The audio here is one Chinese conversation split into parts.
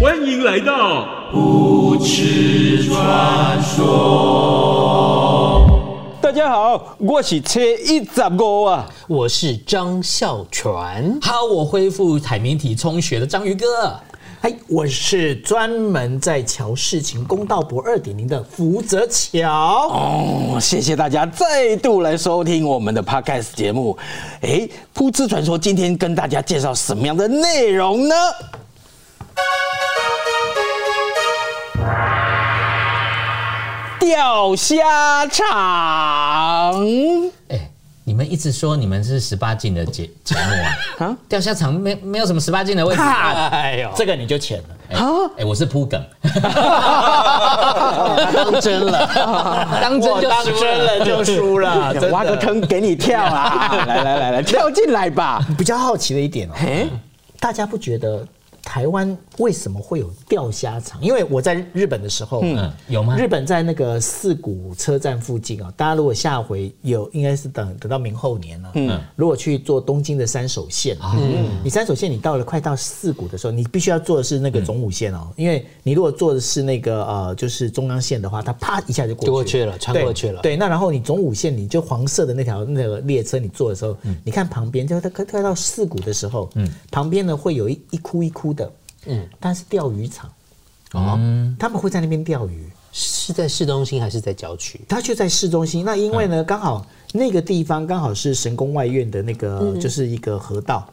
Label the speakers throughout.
Speaker 1: 欢迎来到
Speaker 2: 大家好，我是车一十五啊，
Speaker 3: 我是张孝全，
Speaker 4: 好，我恢复海绵体充血的章鱼哥，
Speaker 3: 哎，我是专门在瞧事情公道博二点零的福泽桥。
Speaker 2: 哦谢谢大家再度来收听我们的 podcast 节目。哎，噗嗤传说今天跟大家介绍什么样的内容呢？钓虾场
Speaker 4: 哎，你们一直说你们是十八禁的节节目啊，
Speaker 2: 啊
Speaker 4: 钓虾场没没有什么十八禁的位置。
Speaker 3: 哎呦，这个你就浅了。
Speaker 4: 哎、
Speaker 2: 哦
Speaker 4: 哎我是铺梗，
Speaker 2: 当真了，
Speaker 4: 当真就
Speaker 3: 当
Speaker 4: 输
Speaker 3: 真
Speaker 4: 了。
Speaker 3: 了就输 了，真的
Speaker 2: 哎挖个。坑给你跳啦！ 来来来来，跳进来吧！
Speaker 3: 比较好奇的一点哦，
Speaker 2: 哎，
Speaker 3: 大家不觉得台湾为什么会有钓虾场？因为我在日本的时候，
Speaker 4: 嗯，有吗？
Speaker 3: 日本在那个四谷车站附近啊、大家如果下回有，应该是等等到明后年了、嗯，如果去坐东京的三手线，
Speaker 4: 啊
Speaker 3: 嗯，你三手线你到了快到四谷的时候，你必须要坐的是那个总武线哦，因为你如果坐的是那个呃就是中央线的话，它啪一下就过去
Speaker 5: 就过去了穿过去了
Speaker 3: 对。对，那然后你总武线你就黄色的那条那个列车你坐的时候，
Speaker 5: 嗯
Speaker 3: 你看旁边，就它快快到四谷的时候，嗯，旁边呢会有一一窟一窟的，嗯，它是钓鱼场，哦，他们会在那边钓鱼。
Speaker 5: 是在市中心还是在郊区？
Speaker 3: 它就在市中心。那因为呢，刚好那个地方刚好是神宫外院的那个，就是一个河道，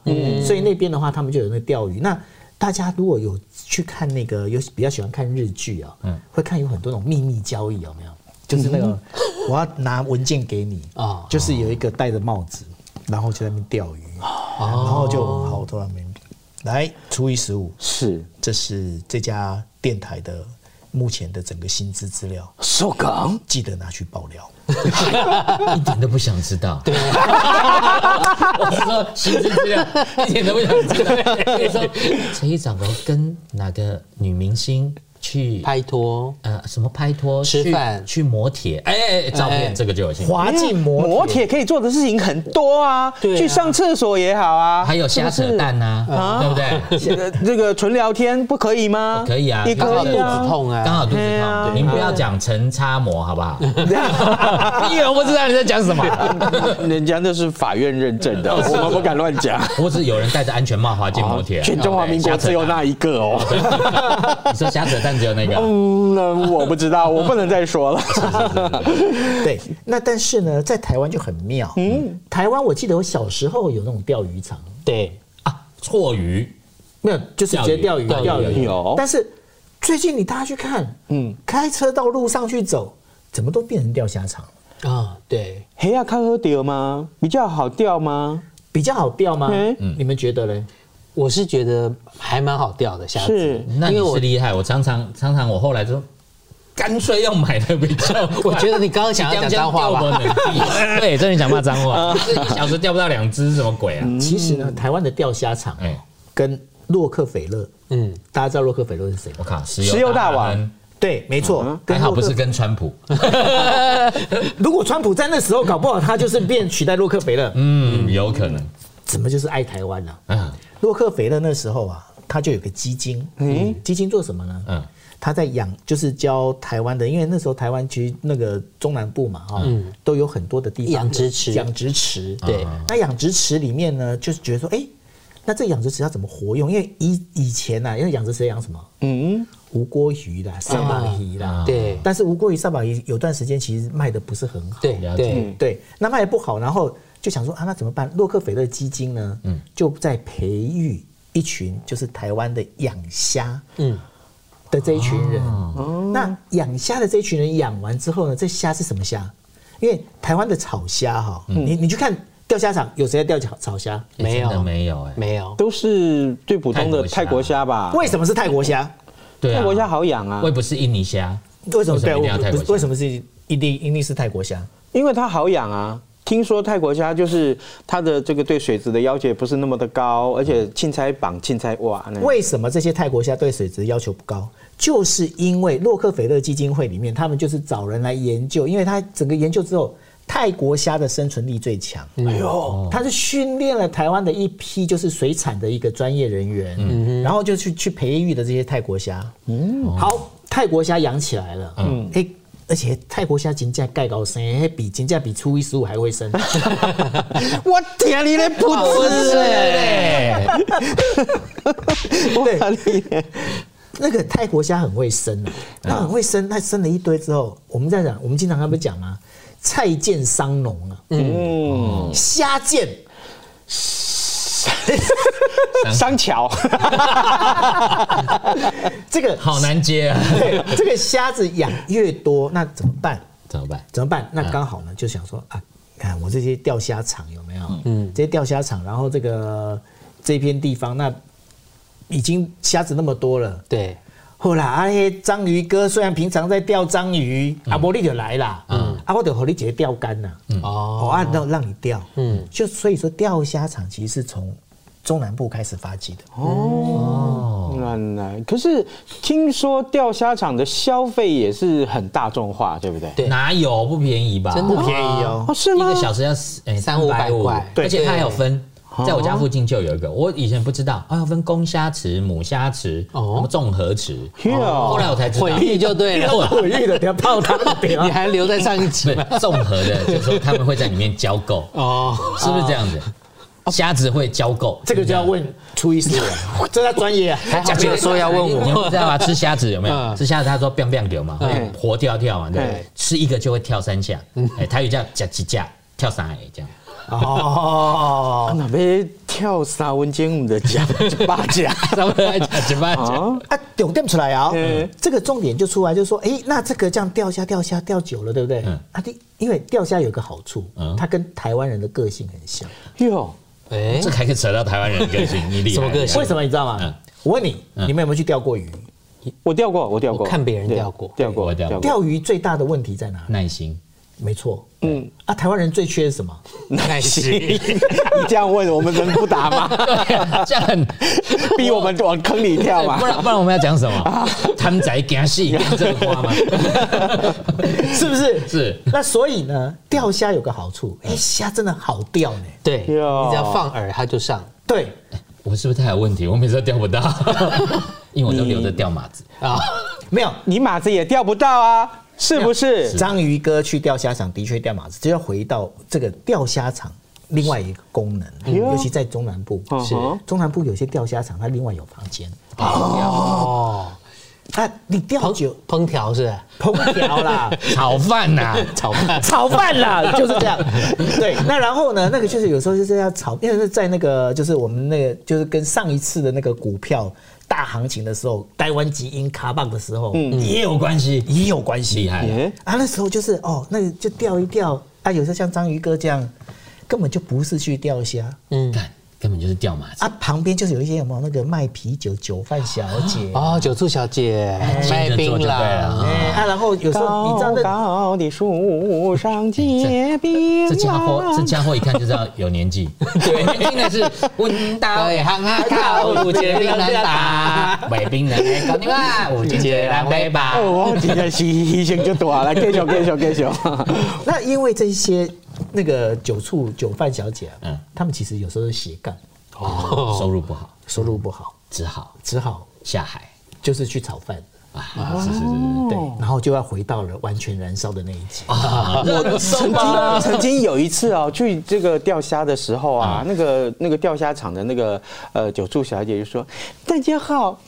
Speaker 3: 所以那边的话，他们就有那个钓鱼。那大家如果有去看那个，有比较喜欢看日剧啊，会看有很多那种秘密交易，有没有？就是那个，我要拿文件给你啊
Speaker 5: 哦，
Speaker 3: 就是有一个戴着帽子，然后就在那边钓鱼，然后就好，我突然明白，来初一十五，
Speaker 2: 是
Speaker 3: 这是这家电台的目前的整个薪资资料，
Speaker 2: 受港。
Speaker 3: 记得拿去爆料。
Speaker 4: 一点都不想知道。对， 我是说薪资资料一点都不想知道。你说陈一长我跟哪个女明星去
Speaker 5: 拍拖
Speaker 4: 呃什么拍拖、
Speaker 5: 吃
Speaker 4: 去
Speaker 5: 饭
Speaker 4: 去磨铁？哎、哎哎照片、
Speaker 5: 哎
Speaker 4: 这个就有兴趣。
Speaker 3: 滑进摩
Speaker 2: 摩铁可以做的事情很多啊，
Speaker 5: 对啊
Speaker 2: 去上厕所也好啊，
Speaker 4: 还有瞎扯蛋呐、
Speaker 2: 啊
Speaker 4: 对不对？
Speaker 2: 是不是，呃这个纯聊天不可以吗？
Speaker 4: 可以啊
Speaker 2: 也可
Speaker 5: 刚好肚
Speaker 2: 以
Speaker 5: 子
Speaker 2: 啊。
Speaker 5: 痛
Speaker 4: 刚
Speaker 5: 啊，
Speaker 4: 好肚
Speaker 2: 对
Speaker 4: 子
Speaker 2: 啊
Speaker 4: 痛，您不要讲陈插模好不好？你以为我不知道你在讲什么？
Speaker 2: 人家那是法院认证的，我们不敢乱讲。
Speaker 4: 不过是有人戴着安全帽滑进摩铁，
Speaker 2: 哦全中华民国只有那一个哦。
Speaker 4: 你说瞎扯蛋只有那个，
Speaker 2: 嗯，那我不知道，我不能再说了。
Speaker 3: 对，那但是呢，在台湾就很妙。嗯，台湾我记得我小时候有那种钓鱼场，
Speaker 5: 对，
Speaker 4: 啊，错鱼
Speaker 3: 没有，就是直接钓
Speaker 4: 钓
Speaker 3: 鱼
Speaker 4: 鱼
Speaker 3: 钓鱼。
Speaker 2: 有
Speaker 3: 但是最近你大家去看，嗯，开车到路上去走，怎么都变成钓虾场了，
Speaker 5: 啊，对，
Speaker 2: 黑亚康喝丢吗？比较好钓吗？
Speaker 3: 比较好钓吗
Speaker 2: 嗯？
Speaker 3: 你们觉得嘞？
Speaker 5: 我是觉得还蛮好钓的虾子，
Speaker 2: 是
Speaker 4: 那
Speaker 5: 因为
Speaker 4: 你是
Speaker 5: 我
Speaker 4: 厉害，我常常常常我后来就干脆要买的比较快。
Speaker 5: 我觉得你刚刚想要讲脏话吧？
Speaker 4: 吧？对，真的想骂脏话，就是 一小时钓不到两只，什么鬼啊？
Speaker 3: 其实呢，台湾的钓虾场哦
Speaker 4: 哎
Speaker 3: 跟洛克菲勒，
Speaker 5: 嗯，
Speaker 3: 大家知道洛克菲勒是谁
Speaker 4: 我
Speaker 3: 吗？嗯
Speaker 4: 靠，石
Speaker 2: 石油
Speaker 4: 油
Speaker 2: 大
Speaker 4: 大
Speaker 2: 王
Speaker 4: 亨，
Speaker 3: 对，没错。跟
Speaker 4: 还好
Speaker 3: 洛克
Speaker 4: 不是跟川普，
Speaker 3: 如果川普在那时候，搞不好他就是变取代洛克菲勒，
Speaker 4: 嗯，有可能，
Speaker 3: 怎么就是爱台湾了？
Speaker 4: 嗯
Speaker 3: 洛克菲勒那时候啊，他就有个基金，嗯，基金做什么呢？嗯
Speaker 4: 嗯，
Speaker 3: 他在养，就是教台湾的，因为那时候台湾其实那个中南部嘛，哈、都有很多的地方
Speaker 5: 养殖池
Speaker 3: 养殖池，
Speaker 5: 对
Speaker 3: 那养殖池里面呢，就是觉得说，哎、那这养殖池要怎么活用？因为以以前呐、啊，因为养殖池养什么？
Speaker 2: 嗯，
Speaker 3: 无锅鱼啦、三把鱼啦，
Speaker 4: 啊
Speaker 5: 对
Speaker 3: 但是无锅鱼、三把鱼有段时间其实卖的不是很好，
Speaker 5: 对
Speaker 4: 了解
Speaker 5: 对，
Speaker 3: 对，那卖的
Speaker 4: 嗯
Speaker 3: 不好，然后就想说啊，那怎么办？洛克菲勒基金呢，就在培育一一群就是台湾的养虾，嗯。的这一群人，
Speaker 4: 哦
Speaker 5: 哦
Speaker 3: 那养虾的这一群人养完之后呢，这虾是什么虾？因为台湾的炒虾哈，你你去看钓虾场，有谁在钓炒炒虾？
Speaker 5: 没有
Speaker 4: 嗯真的没有哎、
Speaker 5: 没有，
Speaker 2: 都是最普通的
Speaker 4: 泰
Speaker 2: 泰
Speaker 4: 国
Speaker 2: 国
Speaker 4: 虾
Speaker 2: 虾吧？
Speaker 3: 为什么是泰国虾？
Speaker 4: 对啊，
Speaker 2: 泰国虾好养啊
Speaker 4: 我，也不是印尼虾，
Speaker 3: 为什么
Speaker 4: 为什么
Speaker 3: 对？
Speaker 4: 一定要泰
Speaker 3: 我不
Speaker 4: 国虾
Speaker 3: 是为什么是一定一定是泰国虾？
Speaker 2: 因为它好养啊。听说泰国虾就是它的这个对水质的要求不是那么的高，而且钦差榜钦差哇，那
Speaker 3: 为什么这些泰国虾对水质要求不高？就是因为洛克菲勒基金会里面，他们就是找人来研究，因为他整个研究之后，泰国虾的生存力最强。哎呦，他是训练了台湾的一批就是水产的一个专业人员，然后就去去培育的这些泰国虾。嗯，好，泰国虾养起来了。嗯，哎、而且泰国虾金价盖高升，那比金价比初一十五还会 升。
Speaker 2: 我天，你的不知
Speaker 4: 对，
Speaker 3: 对，
Speaker 2: 对，
Speaker 3: 那个泰国虾很会生啊，它很会生，它生了一堆之后，我们在讲，我们经常他们讲啊，菜贱伤农啊，嗯，虾贱，
Speaker 2: 商桥，
Speaker 3: 这个
Speaker 4: 好难接啊，
Speaker 3: 对，这个虾子养越多，那怎么办？
Speaker 4: 怎么办？
Speaker 3: 怎么办？那刚好呢，就想说啊，看我这些钓虾场有没有？嗯，这些钓虾场，然后这个这片地方，那已经虾子那么多了，
Speaker 5: 对，
Speaker 3: 好啦，啊，迄章鱼哥虽然平常在钓章鱼，
Speaker 5: 嗯
Speaker 3: 啊，无你就来啦，啊，我就和你姐钓竿啦，哦，啊，让让你钓，嗯，就所以说钓虾场其实是从中南部开始发迹的，
Speaker 5: 哦
Speaker 2: 原来可是听说钓虾场的消费也是很大众化，对不对？
Speaker 5: 对
Speaker 4: 哪有不便宜吧？
Speaker 5: 真的不便宜
Speaker 3: 哦
Speaker 2: 哦，是吗
Speaker 4: 一个？小时要四哎
Speaker 5: 三五百
Speaker 4: 350
Speaker 5: 块
Speaker 4: 而且
Speaker 5: 对哦
Speaker 4: 它还有分。在我家附近就有一个，我以前不知道，啊，要分公虾池、母虾池、
Speaker 5: 哦
Speaker 4: 什么综合池，
Speaker 2: 是哦
Speaker 4: 后来我才知道
Speaker 5: 毁，誉就对 了，
Speaker 3: 我遇的要泡汤的 对
Speaker 5: 你还留在上一集吗？
Speaker 4: 对，综合的，就是说他们会在里面交购，
Speaker 5: 哦，
Speaker 4: 是不是这样子？虾子会交购，
Speaker 3: 这个就要问初医师了， 这要专业啊，
Speaker 5: 还好没有说要问
Speaker 4: 你们
Speaker 5: 我
Speaker 4: 知，道吗？吃虾子有没有？
Speaker 5: 嗯
Speaker 4: 吃虾子他说 biang biang 流嘛，哎
Speaker 2: 嗯
Speaker 4: 活跳跳嘛，对不对
Speaker 2: 对，
Speaker 4: 吃一个就会跳三下，哎，台语叫夹几架，跳三下这样。
Speaker 3: 哦，
Speaker 2: 那边跳沙文金的家八家，
Speaker 4: 他们来讲怎么
Speaker 5: 哦
Speaker 4: 讲？
Speaker 3: 啊，重点出来啊
Speaker 2: 嗯，
Speaker 3: 这个重点就出来，就是说，哎，那这个这样钓虾钓虾钓久了，对不
Speaker 5: 嗯
Speaker 3: 对？啊，第因为钓虾有个好处
Speaker 4: 嗯，
Speaker 3: 它跟台湾人的个性很像。
Speaker 2: 哟，
Speaker 5: 哎
Speaker 4: 这，还可以扯到台湾人的个性，你厉害？
Speaker 5: 什么个性嗯
Speaker 3: 为什么你知道
Speaker 4: 嗯
Speaker 3: 吗？我问你，你们有没有去钓过鱼？
Speaker 2: 我钓过，我钓过，
Speaker 5: 我看别人钓过
Speaker 2: 对钓过，
Speaker 4: 我钓 过
Speaker 3: 钓鱼最大的问题在哪里？
Speaker 4: 耐心？
Speaker 3: 没错，嗯，啊，台湾人最缺的是什 么？
Speaker 2: 耐心。 你这样问我们能不答吗？
Speaker 4: 啊这样很
Speaker 2: 逼我们往坑里跳
Speaker 4: 不
Speaker 2: 吗？
Speaker 4: 然不然我们要讲什么？贪财惊死，这个 花吗？
Speaker 3: 是不是？
Speaker 4: 是
Speaker 3: 那所以呢，钓虾有个好处，哎，虾真的好钓呢。
Speaker 5: 嗯对，你
Speaker 2: 哟
Speaker 5: 只要放饵它就上
Speaker 3: 对，
Speaker 4: 我是不是太有问题？我每次都钓不 到，因为我都留着钓马子。
Speaker 5: 啊，
Speaker 3: 没有
Speaker 2: 你马子也钓不到啊，是不是？
Speaker 3: 章鱼哥去钓虾场的确钓马子，这要回到这个钓虾场另外一个功能，
Speaker 5: 嗯
Speaker 3: 尤其在中南部，
Speaker 2: 嗯哼
Speaker 3: 中南部有些钓虾场它另外有房间，
Speaker 5: 哦，
Speaker 3: 啊，你钓久
Speaker 5: 烹烹调是吧
Speaker 3: 烹调 啦。
Speaker 4: 炒饭呐，
Speaker 5: 嗯炒饭，
Speaker 3: 炒饭 啦，就是这样。对，那然后呢，那个就是有时候就是要炒，因为是在那个就是我们那个就是跟上一次的那个股票大行情的时候，台湾基因卡棒的时候，
Speaker 4: 嗯也有关系，
Speaker 3: 也有关系。
Speaker 4: 厉害了。
Speaker 3: 啊，那时候就是哦，那个就钓一钓啊，有时候像章鱼哥这样，根本就不是去钓虾
Speaker 5: 嗯
Speaker 4: 看，根本就是钓马子。
Speaker 3: 啊，旁边就是有一些有没有那个卖啤酒酒贩小姐。
Speaker 5: 哦，酒醋小姐哎卖
Speaker 4: 着做
Speaker 5: 槟
Speaker 4: 就对
Speaker 5: 榔
Speaker 4: 了，
Speaker 3: 哎啊，然后有时候你知道那
Speaker 2: 高高的树上结冰啊
Speaker 4: 这家伙，
Speaker 5: 啊
Speaker 4: 这家伙一看就知道有年 纪。对，真的是温刀
Speaker 5: 对，行啊，靠，五节槟榔打，哎
Speaker 4: 买冰人来哎搞你嘛，五斤姐来买吧。
Speaker 2: 哦，我真的是牺牲就大了，继续继续继续。
Speaker 3: 那因为这些那个酒醋酒贩小姐啊，
Speaker 4: 嗯
Speaker 3: 他们其实有时候是斜杠，
Speaker 4: 哦收入不好，
Speaker 3: 收入不好，
Speaker 4: 只好
Speaker 3: 只好
Speaker 4: 下海
Speaker 3: 就是去炒饭，
Speaker 4: 啊！是是是是，
Speaker 3: 对，然后就要回到了完全燃烧的那一集。
Speaker 2: 我曾
Speaker 4: 啊
Speaker 2: 经曾经有一次哦，去这个钓虾的时候啊，那个那个钓虾场的那个呃酒醋小姐就说：“大家好，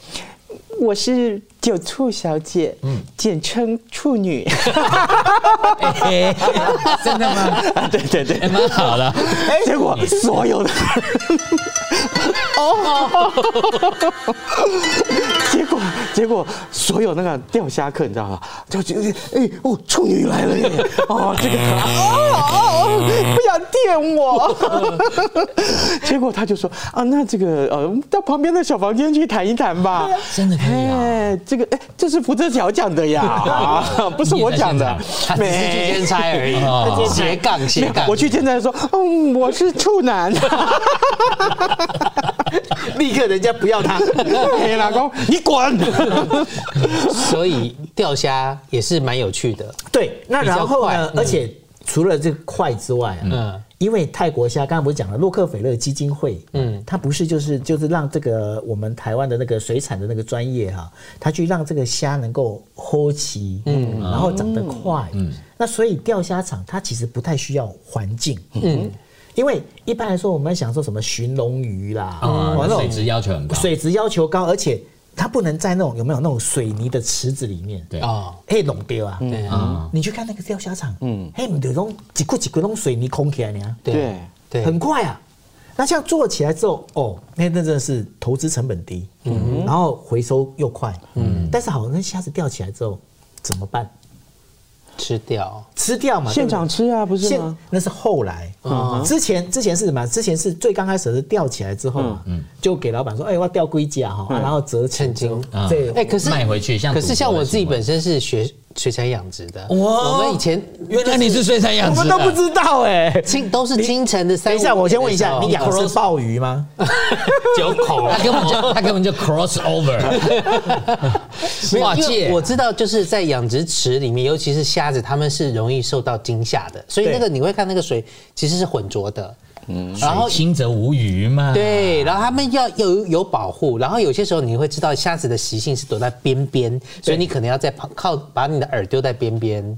Speaker 2: 我是酒醋小姐，
Speaker 4: 嗯
Speaker 2: 简称处女。
Speaker 4: 嘿嘿 真的 吗？
Speaker 5: 哎
Speaker 2: 对对对，
Speaker 4: 蛮好的，
Speaker 2: 结果所有的
Speaker 3: 哦
Speaker 2: 结果结果所有那个钓虾客你知道吗？就觉得哎哦处女来了耶！哦这个啊哦哦不要电我。 结果他就说啊那这个呃到旁边的小房间去谈一谈吧。
Speaker 4: 真的可以啊
Speaker 2: 哎这个哎这是福泽桥讲的呀， 啊不是我讲的，
Speaker 5: 他只是 去兼差而已，他斜杠斜杠。
Speaker 2: 我去见他说，嗯，我是处男，
Speaker 3: 立刻人家不要他，
Speaker 2: 哎，老公你滚。
Speaker 5: 所以钓虾也是蛮有趣的，
Speaker 3: 对，那然后
Speaker 5: 快
Speaker 4: 嗯
Speaker 3: 呢？而且除了这个快之外啊，
Speaker 5: 嗯
Speaker 3: 因为泰国虾，刚才不是讲了洛克菲勒基金会，嗯，它不是就是就是让这个我们台湾的那个水产的那个专业哈、它去让这个虾能够齁齐，嗯，然后长得快，嗯，那所以钓虾场它其实不太需要环境，嗯。因为一般来说，我们想说什么寻龙鱼啦，
Speaker 4: 啊，
Speaker 3: 哦
Speaker 4: 那
Speaker 3: 那
Speaker 4: 水
Speaker 3: 种
Speaker 4: 质要求很高，
Speaker 3: 水质要求高，而且它不能在那种有没有那种水泥的池子里面，
Speaker 4: 对
Speaker 5: 哦，
Speaker 3: 嘿弄掉啊，你去看那个钓虾场，嗯，嘿，你就弄几块几块弄水泥空起来呢，
Speaker 2: 对
Speaker 5: 对，
Speaker 3: 很快啊。那这样做起来之后，哦，那那真的是投资成本低，嗯，然后回收又快，嗯，但是好，那虾子钓起来之后怎么办？
Speaker 5: 吃掉
Speaker 3: 吃掉嘛，
Speaker 2: 现场
Speaker 3: 对
Speaker 2: 吃啊不
Speaker 3: 不对
Speaker 2: 是
Speaker 3: 现
Speaker 2: 吗？
Speaker 3: 那是后来，之前之前是什么？之前是最刚开始是钓起来之后嘛，就给老板说，哎，我要钓龟甲哈，啊然后折
Speaker 5: 称
Speaker 3: 钱
Speaker 5: 斤。
Speaker 4: 啊
Speaker 3: 对
Speaker 5: 哎、可是
Speaker 4: 卖回去像
Speaker 5: 可是像
Speaker 4: 赌博的
Speaker 5: 我自己
Speaker 4: 行为
Speaker 5: 本身是学水产养殖的，我们以前
Speaker 4: 原来你是啊水产养
Speaker 3: 我们
Speaker 4: 殖的，
Speaker 3: 都不知道哎。
Speaker 5: 清都是清晨的
Speaker 3: 等
Speaker 5: 三
Speaker 3: 一
Speaker 5: 五点的时
Speaker 3: 下，
Speaker 5: 候。
Speaker 3: 我先问一下，你养的是
Speaker 5: 你
Speaker 3: 鲍鱼 吗？
Speaker 4: 九口，他根本 就他根本就 cross over，跨
Speaker 5: 因为
Speaker 4: 界。
Speaker 5: 我知道，就是在养殖池里面，尤其是虾子，它们是容易受到惊吓的，所以
Speaker 3: 对
Speaker 5: 那个你会看那个水其实是浑浊的，嗯，然后
Speaker 4: 水清则无鱼嘛，，
Speaker 5: 对，然后他们要有有保护，然后有些时候你会知道虾子的习性是躲在边边，所以你可能要在旁靠把你的饵丢在边边。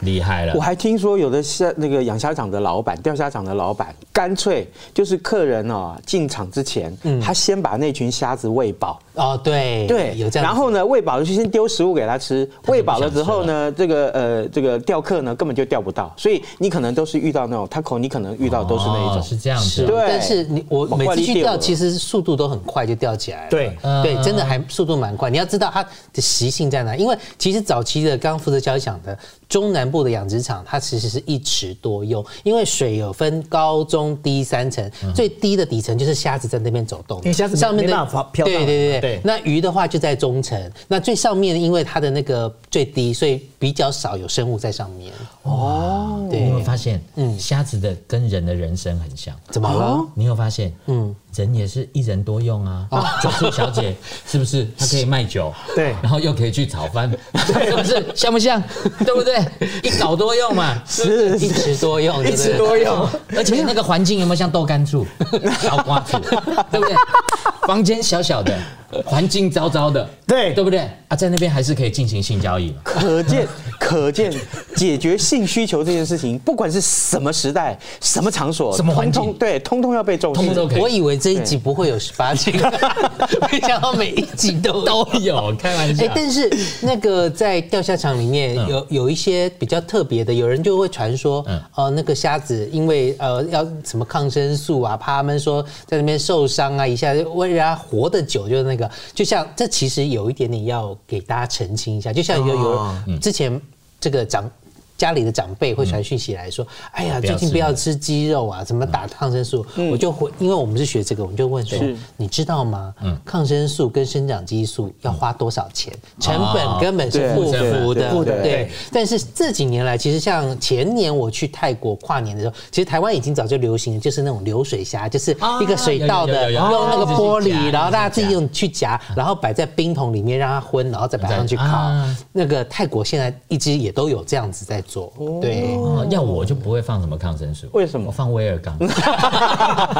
Speaker 4: 厉害了
Speaker 2: 我。还听说有的虾那个养虾场的老板、钓虾场的老板，干脆就是客人哦进场之前，他先把那群虾子喂饱，
Speaker 5: 哦，对
Speaker 2: 对，
Speaker 5: 有这样子。
Speaker 2: 然后呢，喂饱了就先丢食物给他吃，喂饱了之后
Speaker 4: 吃
Speaker 2: 呢，这个呃这个钓客呢根本就钓不到，所以你可能都是遇到那种 taco，你可能遇到都是那一
Speaker 4: 哦
Speaker 2: 种，
Speaker 4: 是这样子，
Speaker 2: 对
Speaker 5: 但是你我
Speaker 2: 我
Speaker 5: 每
Speaker 2: 怪
Speaker 5: 次
Speaker 2: 你
Speaker 5: 去
Speaker 2: 丢
Speaker 5: 钓，
Speaker 2: 了
Speaker 5: 其实速度都很快就钓起来了。嗯
Speaker 3: 对
Speaker 5: 对，真的还速度蛮快。你要知道它的习性在哪，因为其实早期的刚刚负责交讲的中南部的养殖场，它其实是一池多用，因为水有分高中低三层，最低的底层就是虾子在那边走动，
Speaker 3: 嗯因为虾子没
Speaker 5: 上面的
Speaker 3: 没办法飘到
Speaker 5: 对对对
Speaker 3: 对
Speaker 5: 对，那鱼的话就在中层，那最上面因为它的那个最低，所以比较少有生物在上面。哦，
Speaker 4: 你有
Speaker 5: 对
Speaker 4: 没有，发现？嗯，虾子的跟人的人生很像。
Speaker 5: 怎么
Speaker 3: 哦
Speaker 5: 了？
Speaker 4: 你有发现？嗯，人也是一人多用啊。酒醋小姐是不是？她可以卖酒，
Speaker 3: 对
Speaker 4: 然后又可以去炒饭，是不是？像不像？对不对？一搞多用嘛，
Speaker 2: 是
Speaker 5: 一池多用，对不 对
Speaker 3: 用，
Speaker 4: 而且那个环境有没有像豆干处、小瓜处，对不对？房间小小的，环境糟糟的，
Speaker 3: 对
Speaker 4: 对不对？啊，在那边还是可以进行性交易嘛。
Speaker 2: 可见， 可见，解决性需求这件事情，不管是什么时代、什么场所、
Speaker 4: 什么环境
Speaker 2: 通通对，通通要被重视。
Speaker 4: 通通都可以
Speaker 5: 我以为这一集不会有十八集，没想到每一集 都
Speaker 4: 都有，开玩
Speaker 5: 哎、
Speaker 4: 笑。
Speaker 5: 但是那个在钓虾场里面
Speaker 4: 嗯
Speaker 5: 有有一些比较特别的，有人就会传说，
Speaker 4: 嗯
Speaker 5: 哦、那个虾子因为呃要什么抗生素啊，怕他们说在那边受伤啊，一下就为了让它活得久，就是那个，就像这其实有一点点要给大家澄清一下，就像有有、
Speaker 4: 哦
Speaker 5: 之前这个长。家里的长辈会传讯息来
Speaker 4: 嗯
Speaker 5: 说：“哎呀，
Speaker 4: 不要
Speaker 5: 最近不
Speaker 4: 吃
Speaker 5: 要吃鸡肉啊，怎么打抗生素？”我就会，因为我们是学这个，我们就问说：“你知道吗？抗生素跟生长激素要花多少钱？成本根本是不符的，
Speaker 2: 对对对
Speaker 5: 对。但是这几年来，其实像前年我去泰国跨年的时候，其实台湾已经早就流行，就是那种流水虾，就是一个水稻
Speaker 4: 啊有
Speaker 5: 的，
Speaker 4: 有有
Speaker 5: 用
Speaker 4: 有有
Speaker 5: 那个玻
Speaker 4: 自己夹
Speaker 5: 璃，然后大家
Speaker 4: 自
Speaker 5: 自
Speaker 4: 己夹
Speaker 5: 己用去夹，然后摆在冰桶里面让它昏，然后再摆上去烤
Speaker 4: 啊。
Speaker 5: 那个泰国现在一直也都有这样子在做，对。
Speaker 4: 哦，要我就不会放什么抗生素，
Speaker 2: 为什么
Speaker 4: 我放威尔刚，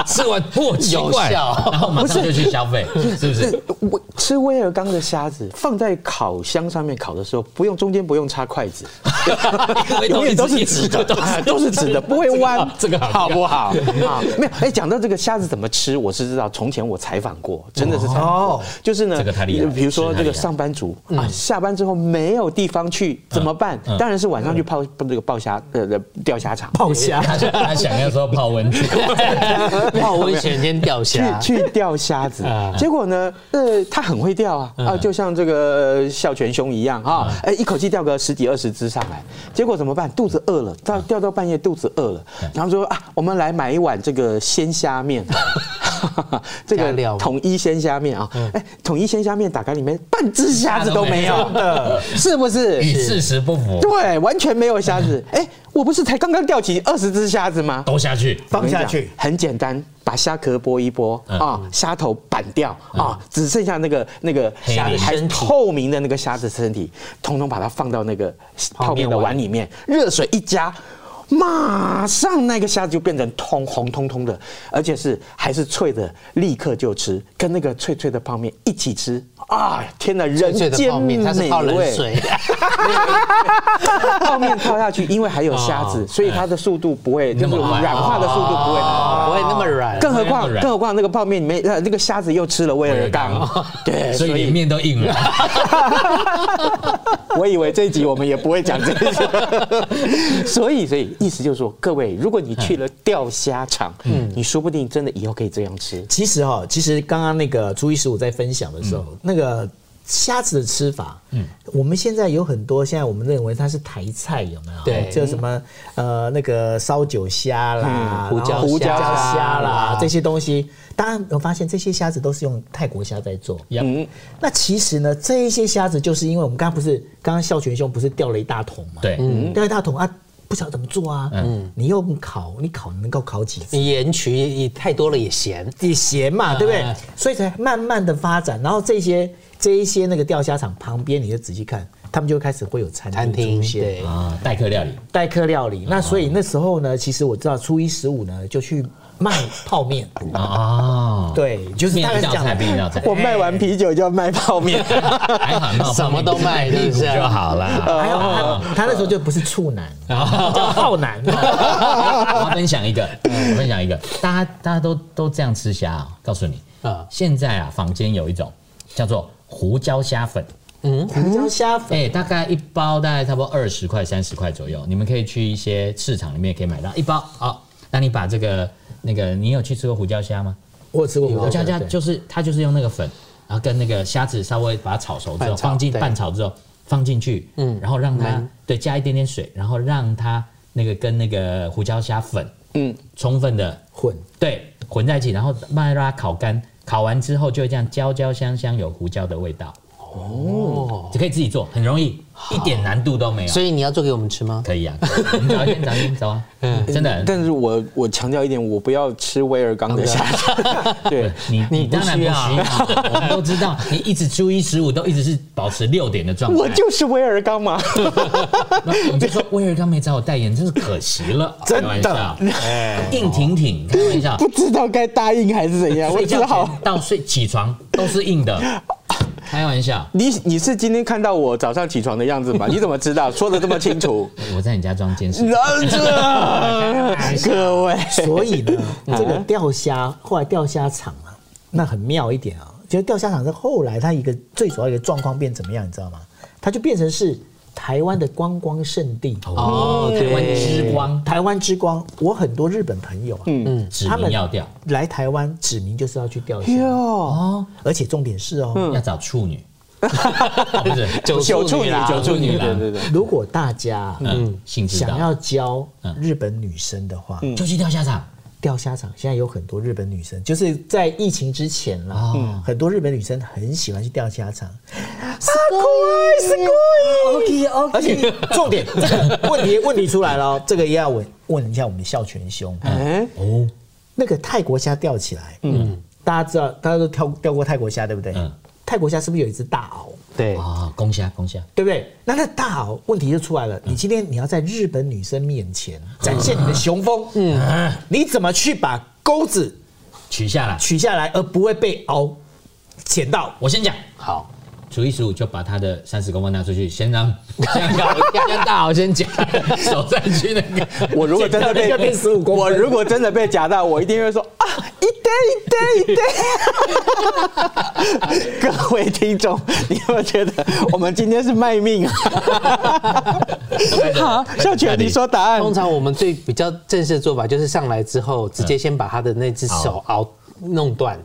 Speaker 4: 吃 完不奇
Speaker 5: 有
Speaker 4: 怪，
Speaker 5: 效
Speaker 4: 然后马上就去消费，是不是？
Speaker 2: 我吃威尔刚的虾子，放在烤箱上面烤的时候，不用中间不用插筷子， 永远都是直的，啊都是直的，不会弯，
Speaker 4: 这个好
Speaker 2: 好不好？ 啊，没有，哎，讲到这个虾子怎么吃，我是知道，从前我采访过，真的是采访过，就是呢，
Speaker 4: 这个太厉害了嗯
Speaker 2: 比如说
Speaker 4: 是太
Speaker 2: 这个
Speaker 4: 厉害嗯
Speaker 2: 上班族啊，下班之后没有地方去怎么办？当然是晚上去泡这个爆虾呃呃钓虾场，
Speaker 3: 爆虾，
Speaker 4: 他他想要说泡温泉，
Speaker 5: 泡温泉先钓虾，
Speaker 2: 去去钓虾 子，结果呢，呃，他很会钓啊，啊，就像这个孝全兄一样啊，哎，一口气钓个十几二十只上来，结果怎么办？肚子饿了，到钓到半夜肚子饿了，然后说啊，我们来买一碗这个鲜虾 面，这
Speaker 5: 加料
Speaker 2: 个统一鲜虾面啊，哎，统一鲜虾面打开里面半只虾子都没有的， 是不是？
Speaker 4: 与事实不符，
Speaker 2: 对，完全没有虾子，哎，我不是才刚刚钓起二十只虾子吗？
Speaker 4: 都下去，
Speaker 3: 放下去，
Speaker 2: 很简单，把虾壳剥一剥
Speaker 5: 嗯
Speaker 2: 啊，虾头板掉啊，只剩下那个那个
Speaker 4: 黑
Speaker 2: 虾
Speaker 4: 米
Speaker 2: 还透明的那个虾子身体，通通把它放到那个泡面的碗里面，热水一加。马上那个虾子就变成通红通通的，而且是还是脆的，立刻就吃，跟那个脆脆的泡面一起吃啊！天哪，人
Speaker 5: 脆的
Speaker 2: 间
Speaker 5: 泡
Speaker 2: 美
Speaker 5: 面，它是
Speaker 2: 味。
Speaker 5: 泡冷水，
Speaker 2: 泡面泡下去，因为还有虾
Speaker 5: 哦
Speaker 2: 子，所以它的速度不
Speaker 5: 哎
Speaker 2: 会，就是软化的速度不会
Speaker 5: 不会那么软。
Speaker 2: 更何
Speaker 4: 哦那
Speaker 2: 况
Speaker 4: 个，人
Speaker 2: 更何况那个泡面里面，呃，那个虾子又吃了威尔刚，对，
Speaker 4: 所 以
Speaker 2: 所
Speaker 4: 里
Speaker 2: 以
Speaker 4: 面都硬了。
Speaker 2: 我以为这一集我们也不会讲这 些，所以，所以意思就是说，各位，如果你去了钓虾场，你说不定真的以后可以这样吃。
Speaker 3: 其实哈、其实刚刚那个初一十五在分享的时候，那个虾子的吃法，嗯，我们现在有很多，现在我们认为它是台菜，有没有？
Speaker 5: 对
Speaker 3: 就什么呃那个烧酒虾啦、
Speaker 5: 胡椒
Speaker 3: 然后
Speaker 5: 胡椒
Speaker 3: 嗯虾啦
Speaker 5: 虾啦
Speaker 3: 这些东西。当然，我发现这些虾子都是用泰国虾在做。
Speaker 4: Yep
Speaker 3: 那其实呢，这一些虾子就是因为我们刚刚不是刚刚孝全兄不是掉了一大桶嘛？，
Speaker 4: 对，
Speaker 3: 掉一大桶啊，不晓得怎么做啊。嗯，你用烤，你烤能够烤几次？
Speaker 4: 嗯
Speaker 5: 你盐曲也也太多了也咸，
Speaker 3: 也咸
Speaker 4: 啊
Speaker 3: 嘛，对不对
Speaker 5: 哎？
Speaker 3: 所以才慢慢的发展，然后这些这一些那个钓虾场旁边，你就仔细看，他们就开始会有餐
Speaker 5: 餐
Speaker 3: 厅
Speaker 5: 厅
Speaker 3: 出现，
Speaker 5: 对
Speaker 4: 啊，代客料理，
Speaker 3: 代客料
Speaker 4: 哦
Speaker 3: 理。那所以那时候呢，其实我知道初一十五呢就去卖泡面，
Speaker 4: 哦，
Speaker 3: 对，就是大
Speaker 4: 面
Speaker 3: 概
Speaker 4: 一
Speaker 3: 是
Speaker 4: 道
Speaker 3: 这样
Speaker 4: 菜比一道
Speaker 3: 的。
Speaker 4: 菜，
Speaker 2: 我卖完啤酒就要卖泡面，
Speaker 4: 还好嘛，
Speaker 5: 什么都卖
Speaker 4: 放你
Speaker 5: 是不是
Speaker 4: 屁股就 好啦。
Speaker 3: 还有
Speaker 4: 哦
Speaker 3: 他他那时候就不是处 男，叫浩男。
Speaker 4: 我要分享一个，我分享一个，大家大家都都这样吃虾啊、告诉你
Speaker 5: 啊
Speaker 4: 现在啊，坊间有一种叫做胡椒虾粉，
Speaker 3: 胡椒虾粉
Speaker 4: 哎、大概一包大概差不多二十块、三十块左右，你们可以去一些市场里面可以买到一包。好、那你把这个那个，你有去吃过胡椒虾吗？
Speaker 3: 我有吃过
Speaker 4: 胡
Speaker 3: 胡
Speaker 4: 椒
Speaker 3: 椒
Speaker 4: 虾
Speaker 3: 虾，对
Speaker 4: 就是它就是用那个粉，然后跟那个虾子稍微把它炒熟之后，
Speaker 5: 拌炒
Speaker 4: 放进
Speaker 5: 对
Speaker 4: 拌炒之后放进去，嗯，然后让它对加一点点水，然后让它那个跟那个胡椒虾粉，嗯，充分的
Speaker 3: 混
Speaker 4: 对混在一起，然后慢慢让它烤干，烤完之后就会这样焦焦香香，有胡椒的味道。哦，就可以自己做，很容易，一点难度都没有
Speaker 5: 所。以你要做给我们吃吗？
Speaker 4: 可以啊，可以我们找一天，找一天，走啊！真的，
Speaker 2: 但是我我强调一点，我不要吃威尔刚的虾 子，哦啊对，
Speaker 4: 你你当然不需
Speaker 5: 需
Speaker 4: 要，我们都知道，你一直初一十五都一直是保持六点的状态。
Speaker 2: 我就是威尔刚 嘛。
Speaker 4: 那你就说威尔刚没找我代言，真是可惜了。真的，硬挺挺，开玩笑。
Speaker 2: 不知道该答应还是怎样，我
Speaker 4: 睡
Speaker 2: 只
Speaker 4: 觉
Speaker 2: 好
Speaker 4: 前。到睡起床都是硬的，开玩笑。
Speaker 2: 你你是今天看到我早上起床的样子吗？你怎么知道？说的这么清楚。
Speaker 4: 我在你家装监视器，
Speaker 2: 然后 这各位，
Speaker 3: 所以 呢，
Speaker 4: 啊
Speaker 3: 这个钓虾后来钓虾场啊，那很妙一点啊，就是钓虾场是后来它一个最主要一个状况变怎么样，你知道吗？它就变成是台湾的观光胜地
Speaker 4: 哦，台湾之光
Speaker 3: 台湾之光。我很多日本朋友啊，嗯，
Speaker 4: 指
Speaker 3: 他
Speaker 4: 名
Speaker 3: 们
Speaker 4: 要掉
Speaker 3: 来台湾指名就是要去钓虾，
Speaker 4: 哦，
Speaker 3: 而且重点是哦，
Speaker 4: 要找处女，哦不是九
Speaker 2: 九处女，
Speaker 4: 九处女
Speaker 2: 对
Speaker 4: 郎，
Speaker 2: 对对。
Speaker 3: 如果大家啊
Speaker 4: 嗯，性知
Speaker 3: 想
Speaker 4: 道
Speaker 3: 要教日本女生的话，
Speaker 4: 就去钓虾场，
Speaker 3: 钓虾场现在有很多日本女生，就是在疫情之前啦，
Speaker 4: 嗯
Speaker 3: 很多日本女生很喜欢去钓虾场。啊而且重 点，这个问题问题出来了哦，这个也要问问一下我们孝全兄，
Speaker 2: 哎，
Speaker 4: 哦，
Speaker 3: 那个泰国虾钓起来，嗯，大家知道，大家都钓钓过泰国虾，对不对
Speaker 4: 嗯？
Speaker 3: 泰国虾是不是有一只大螯？
Speaker 5: 对，
Speaker 4: 啊，攻虾攻虾，
Speaker 3: 对不对？那那大好问题就出来了。你今天你要在日本女生面前展现你的雄风，嗯，你怎么去把钩子
Speaker 4: 取下来。
Speaker 3: 取下来而不会被凹剪到？
Speaker 4: 我先讲，
Speaker 5: 好，
Speaker 4: 初一十五就把他的三十公分拿出去，先让 先搞，先大豪先夹，手再去那个。
Speaker 2: 我如果真的被
Speaker 3: 要变15公分
Speaker 2: 我如果真的被夹到，我一定会说啊，一堆一堆一堆。各位听众，你有没有觉得我们今天是卖命啊？好，孝全，你说答
Speaker 3: 嗯
Speaker 2: 案。
Speaker 5: 通常我们最比较正式的做法就是上来之后，直接先把他的那只
Speaker 3: 嗯
Speaker 5: 手熬弄断，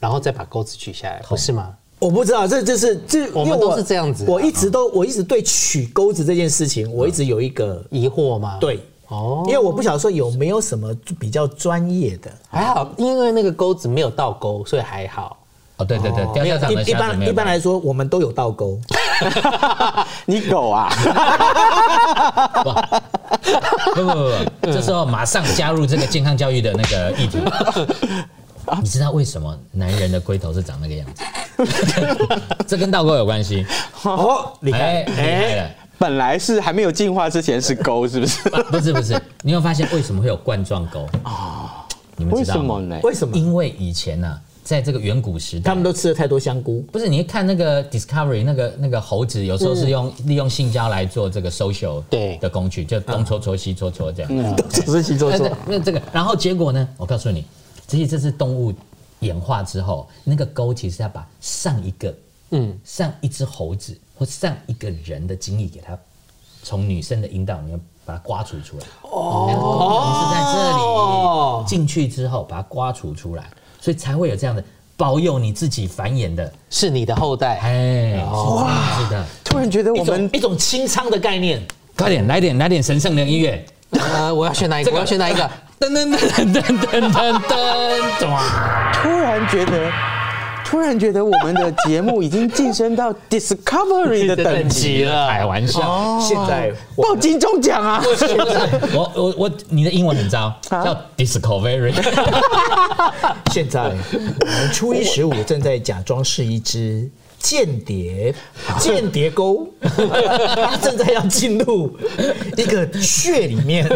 Speaker 5: 然后再把钩子取下来，不是吗？
Speaker 3: 我不知道，这这是这，
Speaker 5: 我们
Speaker 3: 因为
Speaker 5: 都是这样子啊
Speaker 3: 我一直都，我一直对取钩子这件事情，我一直有一个
Speaker 5: 疑惑吗？，
Speaker 3: 对，
Speaker 5: 哦
Speaker 3: 因为我不晓得说有没有什么比较专业的，
Speaker 5: 还好，因为那个钩子没有倒钩，所以还好。
Speaker 4: 哦，对对对，雕像长的
Speaker 3: 一一
Speaker 4: 虾子
Speaker 3: 般
Speaker 4: 没有
Speaker 3: 一般来说，我们都有倒钩，
Speaker 2: 你狗啊！
Speaker 4: 不不不不，这时候马上加入这个健康教育的那个议题。你知道为什么男人的龟头是长那个样子？ 这跟倒钩有关系。
Speaker 2: 哦，你看，
Speaker 4: 哎，厉害了！
Speaker 2: 本来是还没有进化之前是勾，是不是？
Speaker 4: 啊不是不是，你有发现为什么会有冠状沟？哦，你们
Speaker 2: 为
Speaker 4: 知道
Speaker 2: 什
Speaker 4: 吗
Speaker 2: 么？呢？
Speaker 3: 为什么？
Speaker 4: 因为以前呢、啊，在这个远古时代，
Speaker 3: 他们都吃了太多香菇，
Speaker 4: 不是你一看那个 Discovery 那个那个猴子，有时候是用、利用性交来做这个 social
Speaker 5: 对
Speaker 4: 的工具，就东搓搓西搓嗯搓这样。
Speaker 3: 只是西周
Speaker 4: 那这那这个，然后结果呢？我告诉你，其实这是动物演化之后，那个沟其实要把上一个，嗯，上一只猴子或上一个人的精液给它从女生的阴道里面把它刮除出来。哦，是在这里进去之后把它刮除出来，所以才会有这样的保佑你自己繁衍的。
Speaker 5: 是你的后代，
Speaker 4: 哎，
Speaker 5: 哦
Speaker 4: 哇，是的，
Speaker 2: 突然觉得我们
Speaker 3: 一种清仓的概念，
Speaker 4: 快点来点来点神圣的音乐。
Speaker 5: 呃，我要选哪一个？我要选哪一个？
Speaker 4: 噔噔噔噔噔噔噔，哇！
Speaker 2: 突然觉得，突然觉得我们的节目已经晋升 到 Discovery 的等级，
Speaker 4: 了，开玩笑。
Speaker 5: 哦
Speaker 3: 现在
Speaker 2: 报金钟奖啊！
Speaker 4: 我我我，你的英文很糟，
Speaker 5: 啊
Speaker 4: 叫 discovery。
Speaker 3: 现在我们初一十五正在假装是一只间谍，间谍钩，它正在要进入一个穴里面。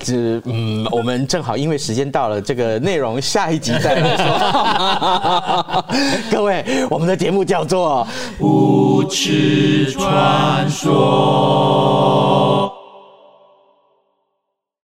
Speaker 2: 只嗯，我们正好因为时间到了，这个内容下一集再来 说。各位，我们的节目叫做
Speaker 1: 不吃传说。